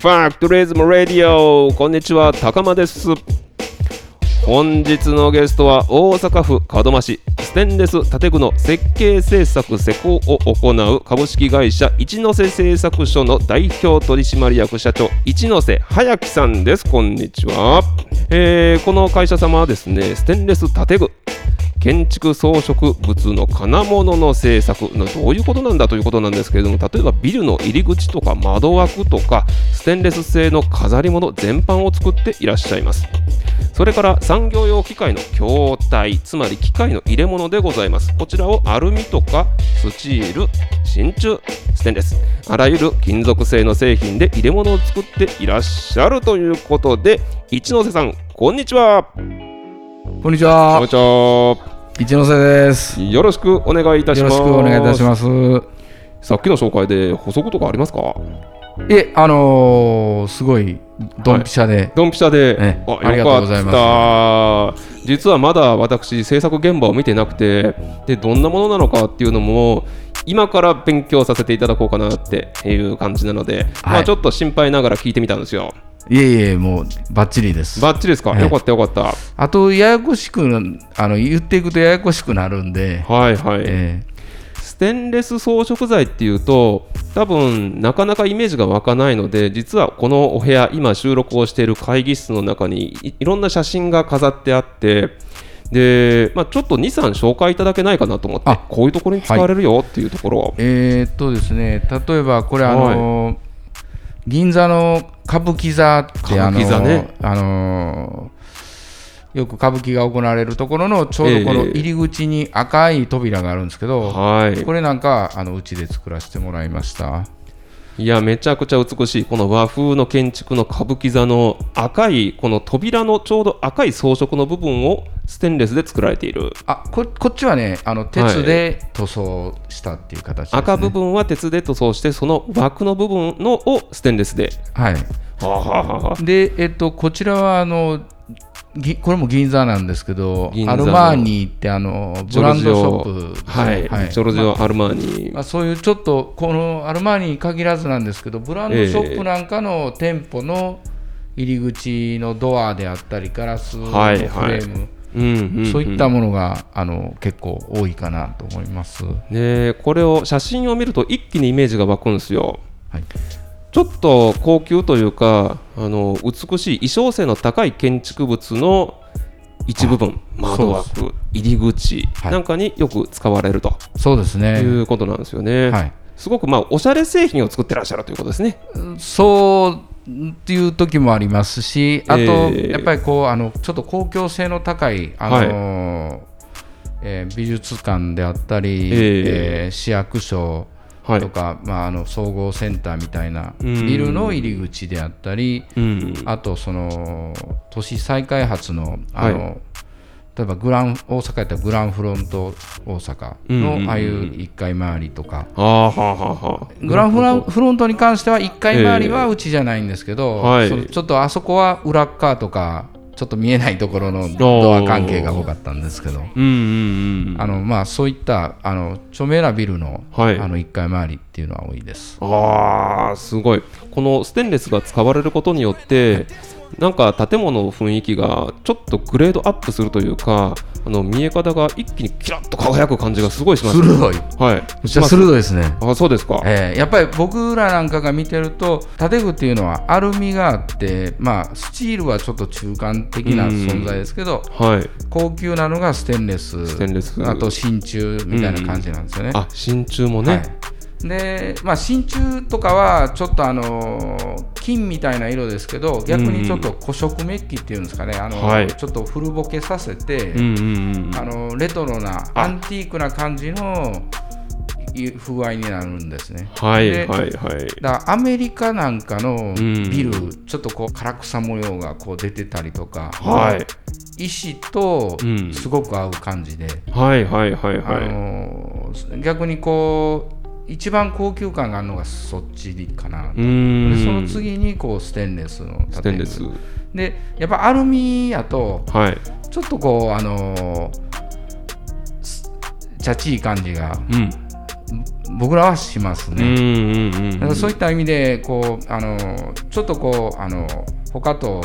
ファクトリズムラディオこんにちは高間です本日のゲストは大阪府門真市ステンレス建具の設計制作施工を行う株式会社一ノ瀬製作所の代表取締役社長一ノ瀬早樹さんですこんにちは、えーこの会社様はですねステンレス建具建築装飾物の金物の制作などういうことなんだということなんですけれども例えばビルの入り口とか窓枠とかステンレス製の飾り物全般を作っていらっしゃいますそれから産業用機械の筐体つまり機械の入れ物でございますこちらをアルミとかスチール真鍮ステンレスあらゆる金属製の製品で入れ物を作っていらっしゃるということで一ノ瀬さんこんにちはこんにちこんはにちは一ノ瀬ですよよろしくお願いいたろししくます。お願いいたしますさっきの紹介で補足とかありますかいえあのー、すごいドンピシャで、ドンピシャで、ええあありよがかとっうございますた実はまだ私制作現場を見てなくてでどんなものなのかっていうのも今から勉強させていただこうかなっていう感じなので、まはあ、いちょっと心配ながら聞いてみたんですよい、えいえもうバッチリですバッチリですか、ええよかったよかったあとややこしくなあの言っていくとややこしくなるんで、はいはい、えステンレス装飾材っていうと多分なかなかイメージが湧かないので実はこのお部屋今収録をしている会議室の中にいいろんな写真が飾ってあってで、まあ、ちょっと23紹介いただけないかなと思ってあこういうところに使われるよっていうところを、ええーっとですね例えばこれあのー銀座の歌舞伎座ってあの歌ー舞伎座ねあのーよく歌舞伎が行われるところのちょうどこの入り口に赤い扉があるんですけど、はい、これなんかあのうちで作らせてもらいました。いやめちゃくちゃ美しいこの和風の建築の歌舞伎座の赤いこの扉のちょうど赤い装飾の部分をステンレスで作られているあここっちはねあの鉄で塗装したっていう形です、ね赤部分は鉄で塗装してその枠の部分のをステンレスではいはあはあはあでえっとこちらはあのぎこれも銀座なんですけど銀座アのルマーニってあのジブョラルンジドシオョップはい、ジョルジオ・アルマーニ、まあ、そういうちょっとこのアルマーニに限らずなんですけどブランドショップなんかの店舗の入り口のドアであったりガラスのフレはいーム、はいうんうんそういったものがあの結構多いかなと思います。でこれを写真を見ると一気にイメージが湧くんですよはいちょっと高級というかあの美しい衣装性の高い建築物の一部分窓枠入り口はいなんかによく使われるとそうですいね。うことなんですよね、はい。すごくまあおしゃれ製品を作ってらっしゃるということですねそうっていう時もありますし、あと、ええやっぱりこうあのちょっと公共性の高いあの、はいえー美術館であったり、えええー市役所はいと、か、まああの総合センターみたいなうんビルの入り口であったり、うん、あとその都市再開発のあの、は例えばグラン大阪やったらグランフロント大阪うんうんうんのああいう一階回りとか、ああはあはあはあグランフランフロントに関しては1階回りはうちじゃないんですけど、はいそのちょっとあそこは裏っ側とかちょっと見えないところのドア関係が多かったんですけどうんうんうんあの、まあ、そういったあの著名なビルの,、はいあの1階回りっていうのは多いです。あーすごいこのステンレスが使われることによってなんか建物の雰囲気がちょっとグレードアップするというかあの見え方が一気にキラッと輝く感じがすごいしますは鋭いいめっちゃ鋭いですね。あそうですかえーやっぱり僕らなんかが見てると建具っていうのはアルミがあって、まあ、スチールはちょっと中間的な存在ですけどはい高級なのがステンレスステンレスあと真鍮みたいな感じなんですよね。あ真鍮もね、はい、で、まあ、真鍮とかはちょっとあのー金みたいな色ですけど逆にちょっと古色メッキっていうんですかねあの、はいちょっと古ぼけさせて、うんうんあのレトロなあアンティークな感じのい風合いになるんですね。うんはいはでいはいだからアメリカなんかのうんビル、ちょっとこう唐草模様がこう出てたりとか、はい石とうんすごく合う感じで、はいはいはいあはいのー逆にこう一番高級感があるのがそっちかな、うでそーのん次にこうステンレスのステンレスでやっぱアルミやとはいちょっとこうあのーすチャチい感じがうん僕らはしますうんね。うんうんうんだからそういった意味でこうあのちょっとこうあの他と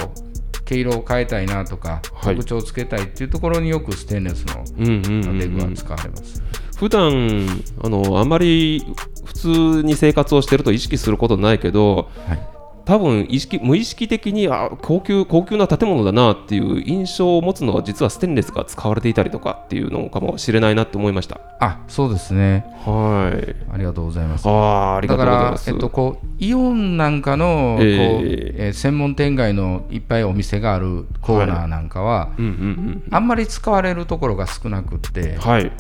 毛色を変えたいなとか、はい特徴をつけたいっていうところによくステンレスのうんうんうんうんデグは使われます。普段あのあまり普通に生活をしてると意識することないけどはい多分意識無意識的にあ高級高級な建物だなっていう印象を持つのは実はステンレスが使われていたりとかっていうのかもしれないなって思いましたあそうですね。はいありがとうございますあ。あありがだとうかございまら、すえっと、こうイオンなんかのこう、えええー専門店街のいっぱいお店があるコーナーなんかは、うんうんあんまり使われるところが少なくってうん、はい、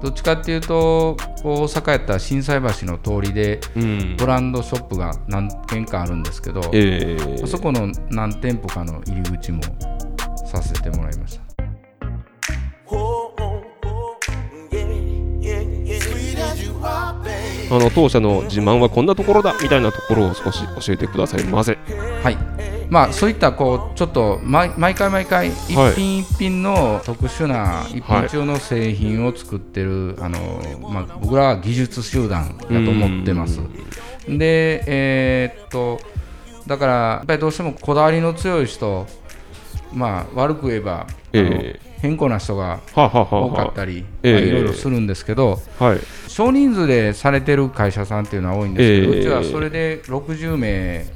どっちかっていうとこう大阪やったら心斎橋の通りでうんブランドショップが何軒かあるんですけど、ええそこの何店舗かの入り口もさせてもらいました。 Oh, oh, oh, yeah, yeah, yeah. Sweet as you are, babe. あの当社の自慢はこんなところだみたいなところを少し教えてくださいませはいまあ、そういったこうちょっと毎毎回毎回一品一品の特殊な一品中の製品を作ってる、あのまあ、僕らは技術集団だと思ってますでえーっとだからやっぱりどうしてもこだわりの強い人まあ悪く言えば、あのえ変更な人がはあ、はあはあ多はかあったり、ええまあいろいろするんですけど、はい少人数でされてる会社さんっていうのは多いんですけど、ええうちはそれで60名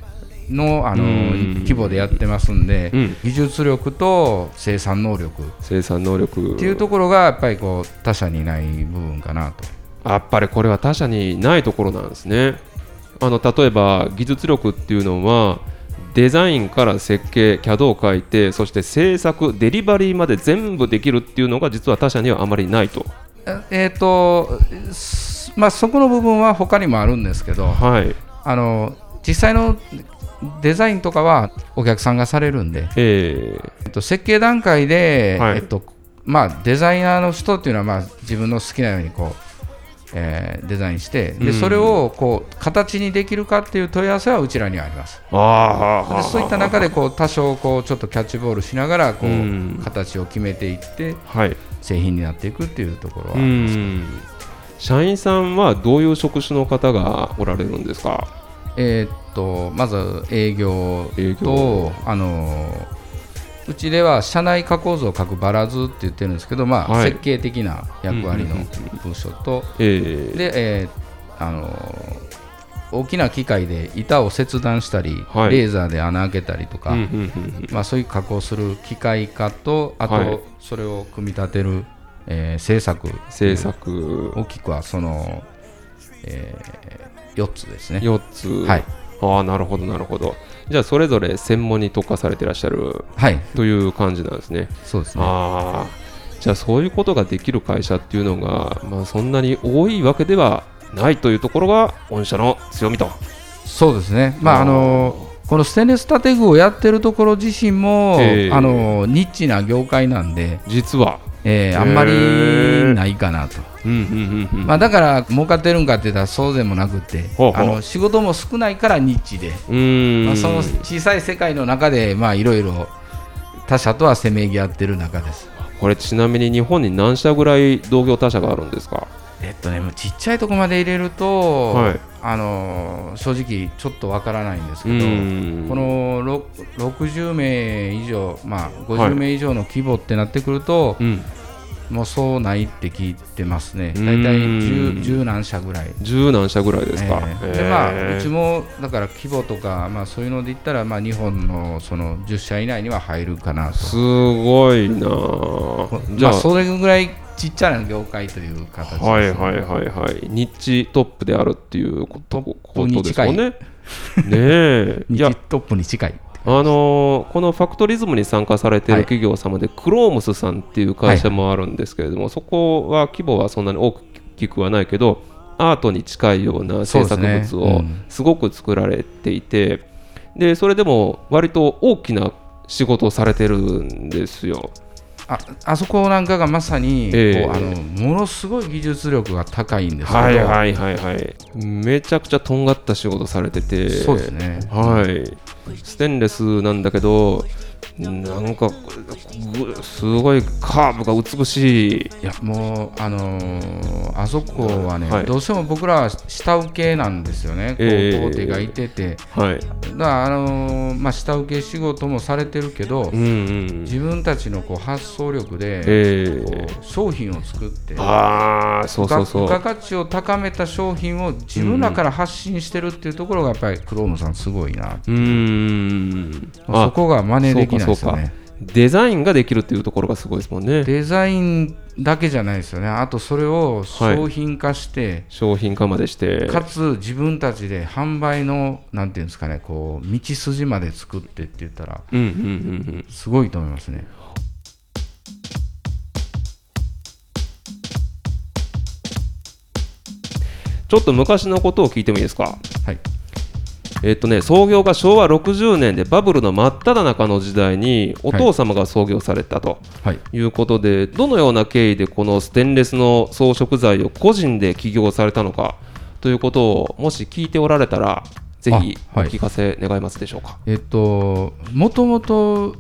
のあのうん規模でやってますんで、うん技術力と生産能力っ生産能力ていうところがやっぱりこう他社にない部分かなと。やっぱりこれは他社にないところなんですねあの例えば技術力っていうのはデザインから設計 CAD を書いてそして制作デリバリーまで全部できるっていうのが実は他社にはあまりないとえっ、と、すまあ、そこの部分は他にもあるんですけど、はいあの実際のデザインとかはお客さんがされるんで、ええっと、設計段階で、はいえっとまあ、デザイナーの人っていうのは、まあ、自分の好きなようにこう、えーデザインしてうでんそれをこう形にできるかっていう問い合わせはうちらにはありますー、あでそういった中でこう多少こうちょっとキャッチボールしながらこう、うん形を決めていってはい製品になっていくっていうところは、うん社員さんはどういう職種の方がおられるんですかえーっとまず営業と営業あのーうちでは社内加工図を書くバラ図って言ってるんですけど、まあはい設計的な役割のうんうん文書と、ええで、えーあのー大きな機械で板を切断したり、はいレーザーで穴開けたりとか、うんうんうんまあ、そういう加工する機械化とあと、はいそれを組み立てる、えー制作制作大きくはその、え4つですね。 4つ、はい、ああなるほどなるほどじゃあそれぞれ専門に特化されてらっしゃるはい、という感じなんですね。そうですねああ、じゃあそういうことができる会社っていうのが、まあ、そんなに多いわけではないというところが御社の強みと。そうですね、まあ、あのこのステンレス建具をやってるところ自身も、ええあのニッチな業界なんで、実は、えへえーあんまりないかなと、うんうんうんうん、まあ、だから儲かってるんかって言ったらそうでもなくてほうほうあの仕事も少ないからニッチで、うーん、まあ、その小さい世界の中でまあいろいろ他社とはせめぎ合ってる中です。これちなみに日本に何社ぐらい同業他社があるんですか。えっとね、もうちっちゃいとこまで入れると、はいあの正直ちょっとわからないんですうけど、ーんこのろ60名以上、まあ、はい50名以上の規模ってなってくると、うん、もうそうないって聞いてますね、う大ん体 10, 10何社ぐらい。十何社ぐらいですか。ええでまえあ、えうちもだから規模とか、まあ、そういうので言ったら、まあ、日本のその10社以内には入るかなと、すごいなあ。じゃあ、まあ、それぐらいちっちゃな業界という形です、はいはいはいはい、日ットップであるっていうことトップことですよにね。ねえ日いやトップに近い、あのーこのファクトリズムに参加されていはるい企業様で、クロームスさんっていう会社もあるんですけれども、そこは規模はそんなに大きくはないけどアートに近いような制作物そうですねをうんすごく作られていて、でそれでも割と大きな仕事をされてるんですよ。ああそこなんかがまさにこう、ええあのものすごい技術力が高いんですけど、はいはいはいはい。めちゃくちゃとんがった仕事されてて。そうですね。はい、ステンレスなんだけどなんかぐすごいカーブが美しいいやもうあのーあそこはね、はいどうしても僕らは下請けなんですよね、ええこうこう手がいてて、はいだからあのーまあ、下請け仕事もされてるけど、うんうん自分たちのこう発想力で、えこえう商品を作って、ああそうそうそ付加う価値を高めた商品を自分らから発信してるっていうところがやっぱりクロームさんすごいな、うーんそこが真似できないですよねデザインができるっていうところがすごいですもんねデザインだけじゃないですよねあとそれを商品化して、商品化までしてかつ自分たちで販売のなんていうんですかねこう道筋まで作ってって言ったらうんうんうんうんすごいと思いますねちょっと昔のことを聞いてもいいですかはいえっとね、創業が昭和60年でバブルの真っ只中の時代にお父様が創業されたとはいいうことで、どのような経緯でこのステンレスの装飾材を個人で起業されたのかということをもし聞いておられたらぜひあおはい聞かせ願いますでしょうか。えっともともと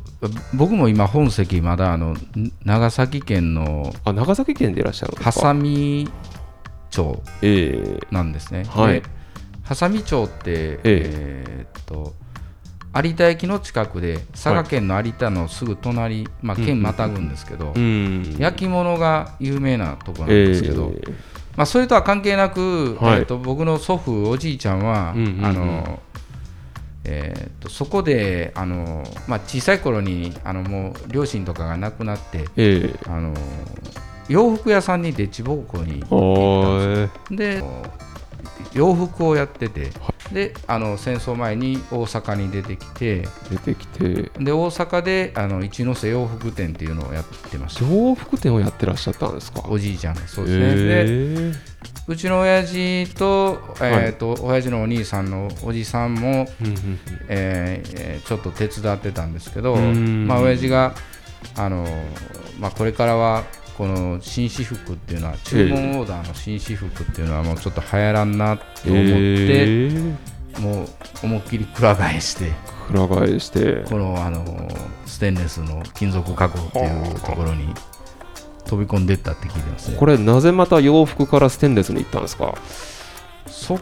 僕も今本籍まだあの長崎県のあ長崎県でいらっしゃるんですか波佐見町えなんですね。はいで波佐見町って、えーっと有田駅の近くで佐賀県の有田のすぐ隣、まあ、県またぐんですけど、えうん焼き物が有名なところなんえですけど、えまあ、それとは関係なく、はいえーっと僕の祖父おじいちゃんは、うんうんうんあのえーっとそこであの、まあ、小さい頃にあのもう両親とかが亡くなってええあの洋服屋さんにデッチ奉公にはで洋服をやっててであの戦争前に大阪に出てきてい出てきてで大阪であの一ノ瀬洋服店っていうのをやってました洋服店をやってらっしゃったんですかおじいちゃんがそうですね、でえうちの親父と,、えーと親父のお兄さんのおじさんも、えうんうんえーえーちょっと手伝ってたんですけどうんまあ親父があの、まあ、これからはこの紳士服っていうのは注文オーダーの紳士服っていうのはもうちょっと流行らんなってうん思って、ええもう思いっきりくら替えしてくら替えしてこのあのステンレスの金属加工っていうところに飛び込んでったって聞いてますねこれなぜまた洋服からステンレスに行ったんですかそ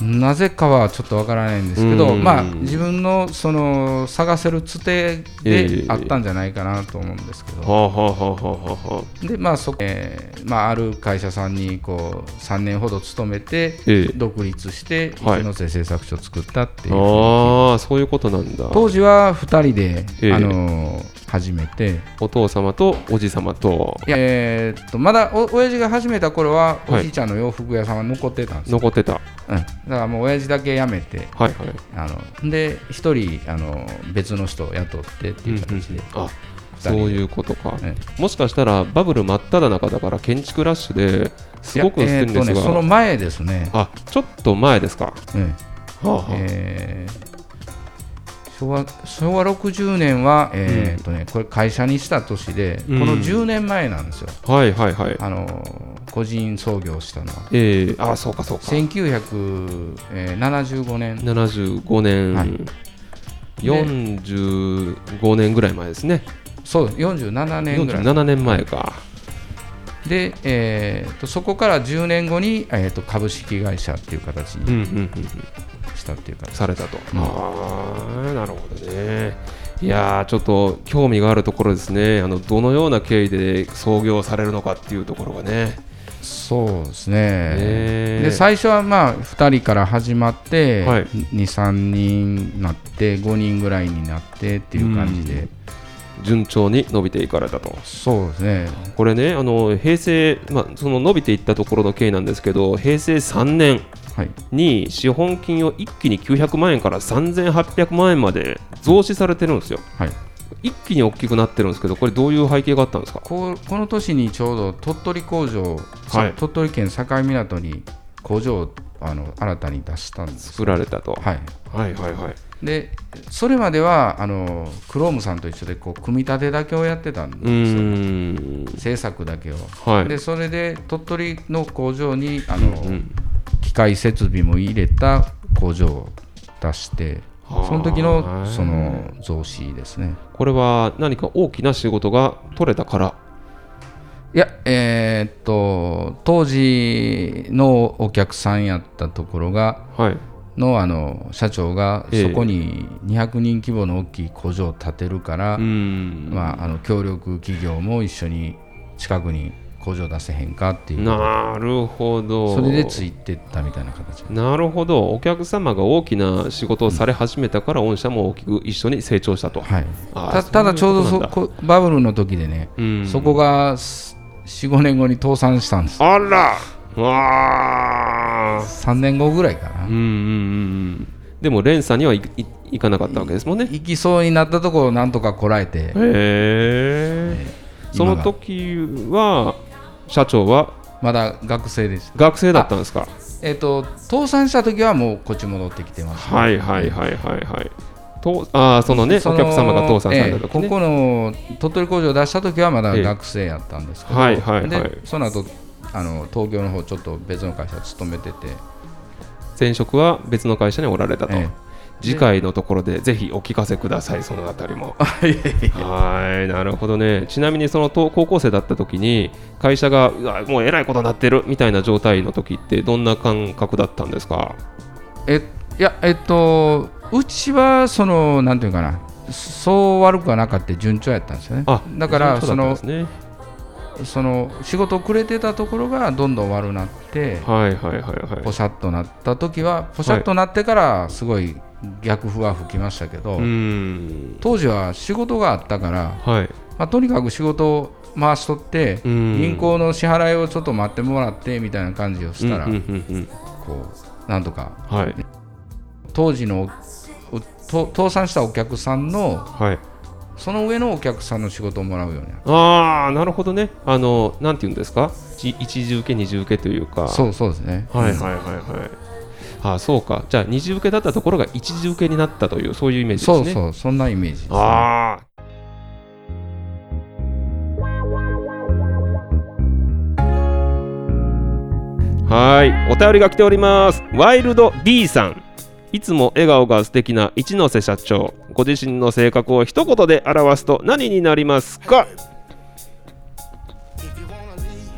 なぜかはちょっとわからないんですけど、うんまあ、自分のその探せるつてえでえあったんじゃないかなと思うんですけど、はあ、はあはあはあはあ、でまあそこ、えーまあ、ある会社さんにこう3年ほど勤めて、ええ独立して一はいノ瀬製作所を作ったっていう、ああそういうことなんだ当時は2人で、ええあの始めて。お父様とおじ様といやえーっとまだお親父が始めた頃ははおいじいちゃんの洋服屋さんは残ってたんですよ、残ってたはうん、だからもう親父だけ辞めていはいあので一人あの別の人を雇ってっていう形で、あ二そ人うでいうことか、えもしかしたらバブル真っ只中だから建築ラッシュですごくいスやえテーンっレスとねが、その前ですね、あちょっと前ですか、うんはあはあえー昭和昭和60年は、えーっとねこれ会社にした年で、うんこの10年前なんですよはいはいはいあの個人創業したのはええあそうかそうか1975年75年、はい45年ぐらい前ですねそう47年ぐらい47年前かで、えーとそこから10年後に、えーと株式会社っていう形うんにうんうんうんしたっていう形、されたと、うんああなるほどねいやーちょっと興味があるところですねあのどのような経緯で創業されるのかっていうところがねそうですねねえで最初はまあ2人から始まって、はい23人になって5人ぐらいになってっていう感じで、う順調に伸びていかれたとそうですねこれねあの平成、まあ、その伸びていったところの経緯なんですけど平成3年はいに資本金を一気に900万円から3800万円まで増資されてるんですよはい一気に大きくなってるんですけどこれどういう背景があったんですかこうこの年にちょうど鳥取工場、はい鳥取県境港に工場をあの新たに出したんです作られたと、はいはい、はいはいでそれまではあのクロームさんと一緒でこう組み立てだけをやってたうんですよ、ーん制作だけを、はいでそれで鳥取の工場にあの、うん機械設備も入れた工場を出してははあその時のその増資ですね。これは何か大きな仕事が取れたからいや、えーっと、当時のお客さんやったところが、はいのあの社長がええそこに200人規模の大きい工場を建てるから、うんまあ、あの協力企業も一緒に近くに工場出せへんかっていうなるほどそれでついてったみたいな形なるほどお客様が大きな仕事をされ始めたから御社も大きく一緒に成長したと、はい、あたそういうただちょうどこそとこバブルの時でね、うんそこが45年後に倒産したんですあらわあ3年後ぐらいかな、うんうんうんうんでも連鎖にはいいいかなかったわけですもんね行きそうになったところをなんとかこらえて、へえその時は社長はまだ学生でした学生だったんですかえっ、と倒産した時はもうこっち戻ってきてますはいはいはいはいはいとああそのねそのお客様が倒産されええた時ね、ここの鳥取工場を出した時はまだええ学生やったんですけど、はいはいはいでその後あの東京の方ちょっと別の会社勤めてて、前職は別の会社におられたと、ええ次回のところでぜひお聞かせくださいそのあたり もはいなるほどねちなみにそのと高校生だった時に会社がうわもうえらいことになってるみたいな状態の時ってどんな感覚だったんですかえいやえっとうちはそのなんていうかなそう悪くはなかった順調やったんですよねあだからそうそだったんのですねその仕事をくれてたところがどんどん悪なって、はいはいはいはいポシャっとなった時はポシャっとなってからすごい逆風は吹きましたけど、うーん当時は仕事があったからはいまあ、とにかく仕事を回しとって、うん銀行の支払いをちょっと待ってもらってみたいな感じをしたら、うんうんうんうんこうなんとかはい当時のおと倒産したお客さんのはいその上のお客さんの仕事をもらうようになっああなるほどねあのなんて言うんですか一一次受け二次受けというかたそうそうですね、はいはいはいはい。あそうか。じゃあ二次受けだったところが一次受けになったというそういうイメージですそね。うそうそんなイメージです、ね、ああ。はい、お便りが来ております。ワイルド D さん。いつも笑顔が素敵な一ノ瀬社長。ご自身の性格を一言で表すと何になりますか。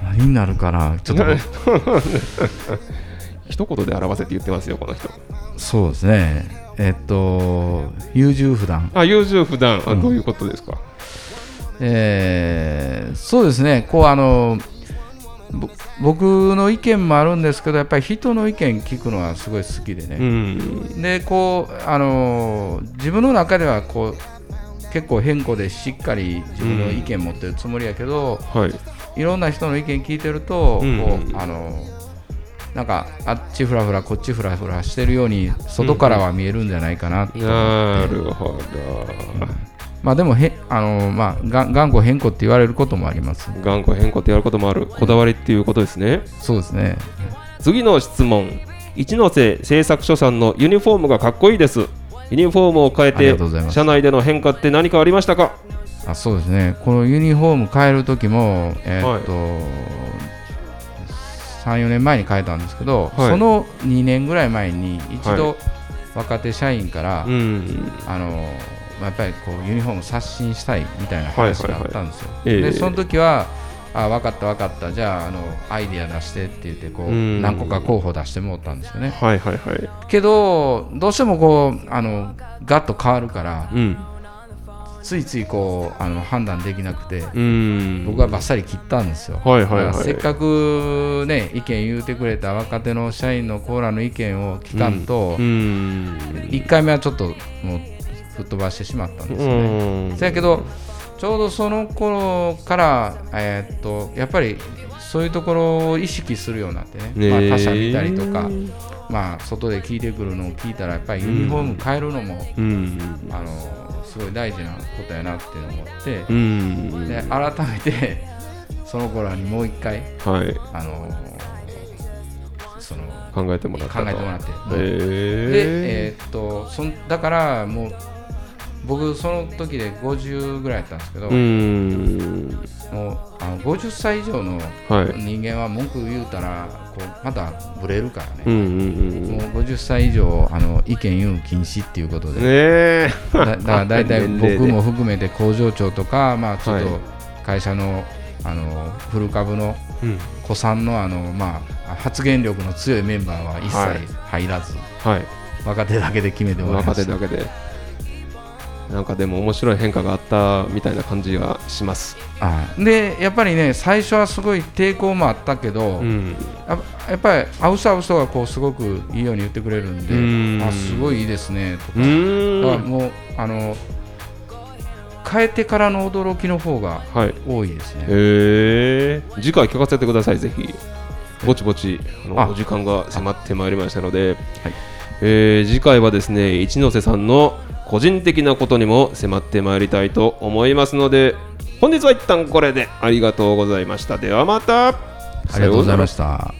何になるかなちょっ一言で表せって言ってますよこの人。とそうですねえっと優柔不断あ、優柔不断。あ、どういうことですか。えーそうですね、こうあのぼ僕の意見もあるんですけど、やっぱり人の意見聞くのはすごい好きでうね、ん。でこうあの自分の中ではこう結構変更でしっかり自分の意見持ってるつもりやけど、はい。いろんな人の意見聞いてると、うんこうあのなんかあっちふらふらこっちふらふらしてるように外からは見えるんじゃないかなとなるほまあでもへあの、まあ、が頑固変更って言われることもありますど頑固変更ってやることもあるこだわりっていうことですねそうですね次の質問一ノ瀬製作所さんのユニフォームがかっこいいですユニフォームを変えありてがとうございます社内での変化って何かありましたかあそうですね、このユニフォーム変える時も、えーっと3、4年前に変えたんですけど、はいその2年ぐらい前に一は度、若手社員から、うんあのまあやっぱりこうユニフォーム刷新したいみたいな話があったんですよ。いはいはいええで、その時はあ分かった分かったじゃああのアイディア出してって言ってこううん何個か候補出してもらったんですよねはいはいはいけどどうしてもこうあのガッと変わるからうんついついこうあの判断できなくてうん僕はバッサリ切ったんですよ。はいはいだはかいらせっかくね意見言うてくれた若手の社員のコーラの意見を聞かんと、うん1回目はちょっともう吹っ飛ばしてしまったんですよね。うんそやけどちょうどその頃から、えーっとやっぱりそういうところを意識するようになってね、まあ、他者見たりとか、まあ、外で聞いてくるのを聞いたらやっぱりユニフォーム変えるのも、うんあのすごい大事なことやなっていうのを思って。うんで改めてその頃にもう一回、はいあのその考えてもらった考とえてもらって、へで、ええーっとそんだからもう僕その時で50ぐらいやったんですけど、うーんもうあの50歳以上のはい人間は文句言うたらこうまたブレるからね、うんうんうんもう50歳以上あの意見言う禁止っていうことで、ねえ だだから大体年齢で僕も含めて工場長とか、まあ、ちょっとはい会社の,、あのフル株のうん子さんのあの、まあ、発言力の強いメンバーは一切入らず、はい若手だけで決めてもらいま若手しただけでなんかでも面白い変化があったみたいな感じがしますはいでやっぱりね最初はすごい抵抗もあったけど、んややっぱり会う人会う人がこうすごくいいように言ってくれるんでうんあすごいいいですねとうだからーんもうあの変えてからの驚きの方がはい多いですね。へえ次回聞かせてくださいぜひぼちぼちあのあお時間が迫ってまいりましたので、はいえー次回はですね一ノ瀬さんの個人的なことにも迫ってまいりたいと思いますので本日は一旦これでありがとうございましたではまたありがとうございました。